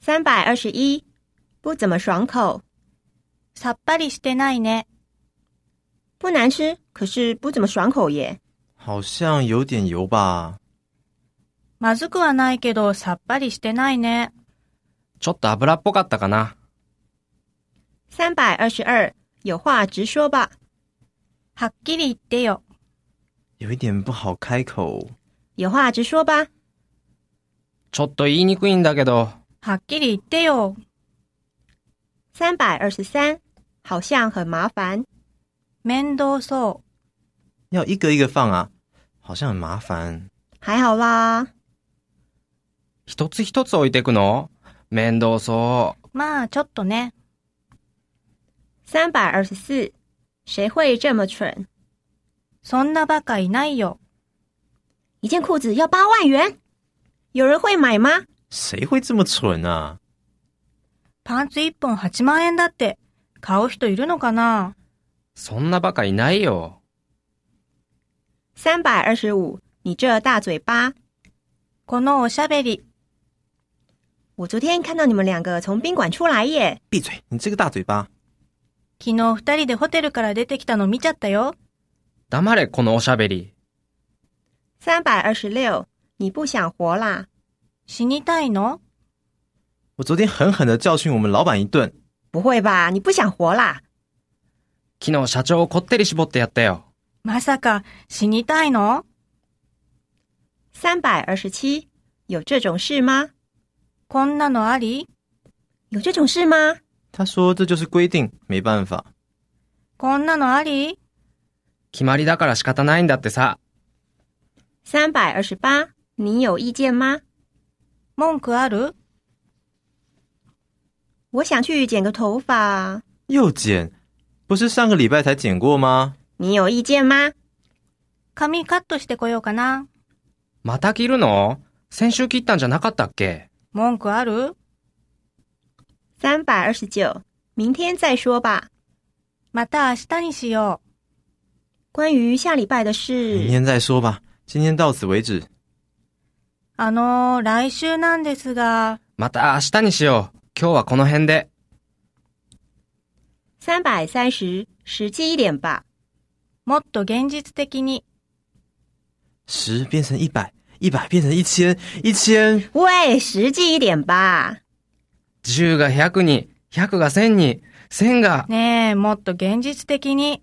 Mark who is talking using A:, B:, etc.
A: 三百二十一，不怎么爽口，
B: さっぱりしてないね。
A: 不难吃，可是不怎么爽口耶。
C: 好像有点油吧？
B: まずくはないけど、さっぱりしてないね。
D: ちょっと油っぽかったかな。
A: 三百二十二，有话直说吧。
B: はっきり言ってよ。
C: 有一点不好开口。
A: 有话直说吧。
D: ちょっと言いにくいんだけど、
B: はっきり言ってよ。
A: 三百二十三，好像很麻烦。
B: 面倒そ。
C: 要一个一个放啊，好像很麻烦。
A: 还好啦，
D: 一つ一つ置いてくの面倒そう
B: まあ、ちょっとね。
A: 三百二十四，谁会这么蠢？
B: そんなバカいないよ。
A: 一件裤子要八万元，有人会买吗？
C: 谁会这么蠢啊？
B: パンツ1本8万円だって、買う人いるのかな。
D: う。そんなバカいないよ。
A: 三百二十五，你这大嘴巴！
B: このおしゃべり、
A: 我昨天看到你们两个从宾馆出来耶，
C: 闭嘴！你这个大嘴巴！
B: 昨日二人でホテルから出てきたの見ちゃったよ。
D: 黙れ、このおしゃべり。
A: 三百二十六，你不想活啦？
B: 死にたいの
C: 我昨天狠狠的教训我们老板一顿。
A: 不会吧，你不想活啦？
D: 昨日社長をこってり絞ってやったよ。
B: まさか、死にたいの
A: 三百二十七，有这种事吗？
B: こんなのあり
A: 有这种事吗？
C: 他说这就是规定，没办法。
B: こんなのあり
D: 決まりだから仕方ないんだってさ。
A: 三百二十八，你有意见吗？
B: 文句ある
A: 我想去剪个头发，
C: 又剪，不是上个礼拜才剪过吗？
A: 你有意见吗？
B: 髪カットしてこようかな。
D: また切るの先週切ったんじゃなかったっけ
B: 文句ある
A: 三百二十九，明天再说吧。
B: また明日にしよう。
A: 关于下礼拜的事
C: 明，天再说吧，今天到此为止。
B: あのー、来週なんですが、
D: また明日にしよう。今日はこの辺で。
A: 三百三十，实际一点吧。
B: もっと現実的に。
C: 十变成一百，一百变成一千，一千。
A: 喂，实际一点吧。
D: 10が100に、100が1000に、1000が、
B: ねえ、もっと現実的に。